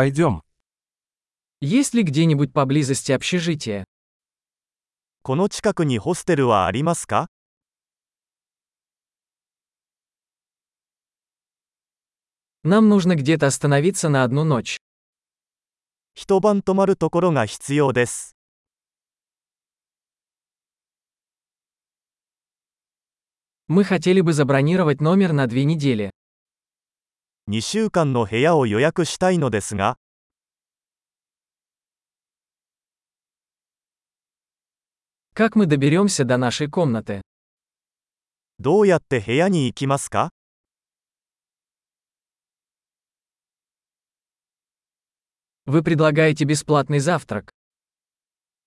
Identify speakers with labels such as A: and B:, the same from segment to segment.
A: Пойдем.
B: Есть ли где-нибудь поблизости общежитие?
C: この近くにホステルはありますか
B: Нам нужно где-то остановиться на одну ночь.
C: 一晩泊まるところが必要です。
B: Мы хотели бы забронировать номер на две недели.
C: 2週間の部屋を予約したいのですが、
B: Как мы доберемся до нашей комнаты?
C: どうやって部屋に行きますか
B: Вы предлагаете бесплатный завтрак.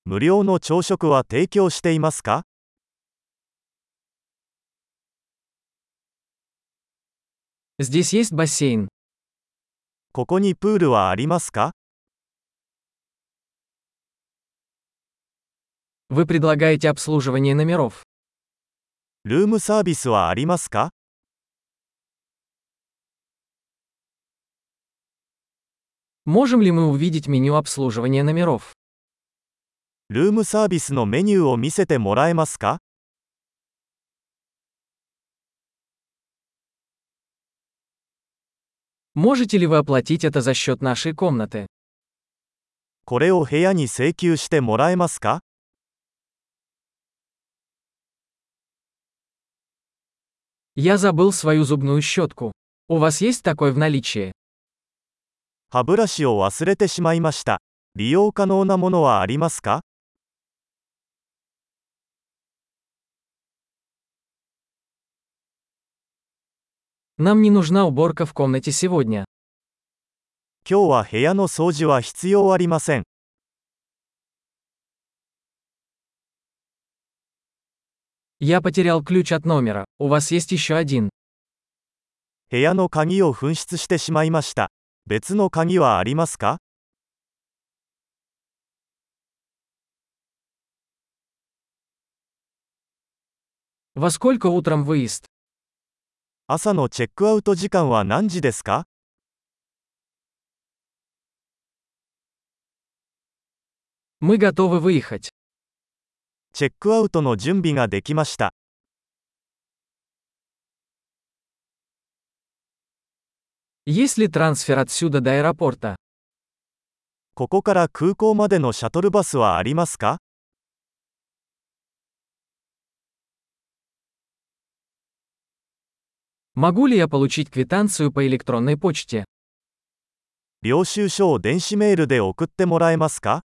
C: 無料の朝食は提供していますか
B: Здесь есть бассейн.
C: ここにプールはありますか
B: Вы предлагаете обслуживание номеров.
C: ルームサービスはありますか
B: Можем ли мы увидеть меню обслуживания номеров?
C: ルームサービスのメニューを見せてもらえますか
B: Можете ли вы оплатить это за счет нашей комнаты?
C: これを部屋に請求してもらえますか
B: Я забыл свою зубную щетку. У вас есть такой в наличии?
C: 歯ブラシを忘れてしまいました。利用可能なものはありますか
B: Нам не нужна уборка в комнате сегодня.
C: 今日は部屋の掃除は必要ありません。
B: Я потерял ключ от номера. У вас есть еще один.
C: 部屋の鍵を紛失してしまいました。別の鍵はありますか
B: Во сколько утром выезд?
C: 朝のチェックアウト時間は何時ですか
B: Мы готовы выехать.
C: チェックアウトの準備ができました。
B: Есть ли трансфер отсюда до аэропорта?
C: ここから空港までのシャトルバスはありますか
B: Могу ли я получить квитанцию по электронной почте?
C: 領収書を電子メールで送ってもらえますか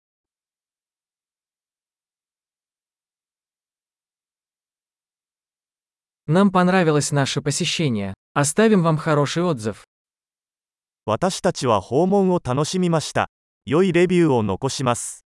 B: Нам понравилось наше посещение. Оставим вам хороший отзыв.
C: 私たちは訪問を楽しみました。良いレビューを残します。